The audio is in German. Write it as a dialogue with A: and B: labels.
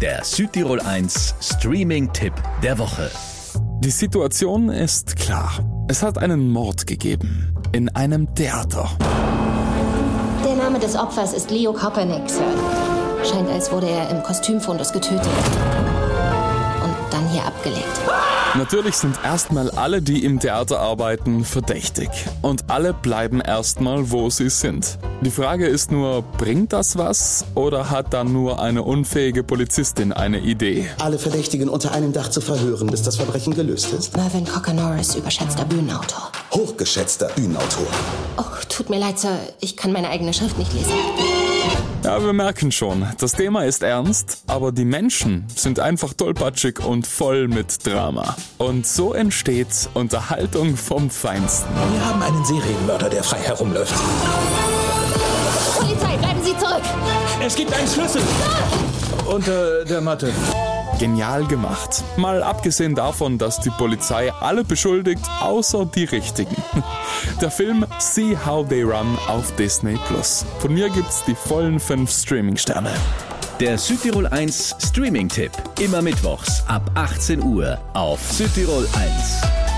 A: Der Südtirol 1 Streaming-Tipp der Woche.
B: Die Situation ist klar. Es hat einen Mord gegeben. In einem Theater.
C: Der Name des Opfers ist Leo Kopernick, Sir. Scheint, als wurde er im Kostümfundus getötet. Und dann hier abgelegt.
B: Natürlich sind erstmal alle, die im Theater arbeiten, verdächtig. Und alle bleiben erstmal, wo sie sind. Die Frage ist nur, bringt das was oder hat dann nur eine unfähige Polizistin eine Idee?
D: Alle Verdächtigen unter einem Dach zu verhören, bis das Verbrechen gelöst ist.
C: Mervyn Cocker Norris, überschätzter Bühnenautor.
D: Hochgeschätzter Bühnenautor.
C: Oh, tut mir leid, Sir. Ich kann meine eigene Schrift nicht lesen.
B: Ja, wir merken schon, das Thema ist ernst, aber die Menschen sind einfach tollpatschig und voll mit Drama. Und so entsteht Unterhaltung vom Feinsten.
E: Wir haben einen Serienmörder, der frei herumläuft.
C: Polizei, bleiben Sie zurück!
E: Es gibt einen Schlüssel. Unter der Matte.
B: Genial gemacht. Mal abgesehen davon, dass die Polizei alle beschuldigt, außer die Richtigen. Der Film See How They Run auf Disney Plus. Von mir gibt's die vollen fünf Streaming-Sterne.
A: Der Südtirol 1 Streaming-Tipp. Immer mittwochs ab 18 Uhr auf Südtirol 1.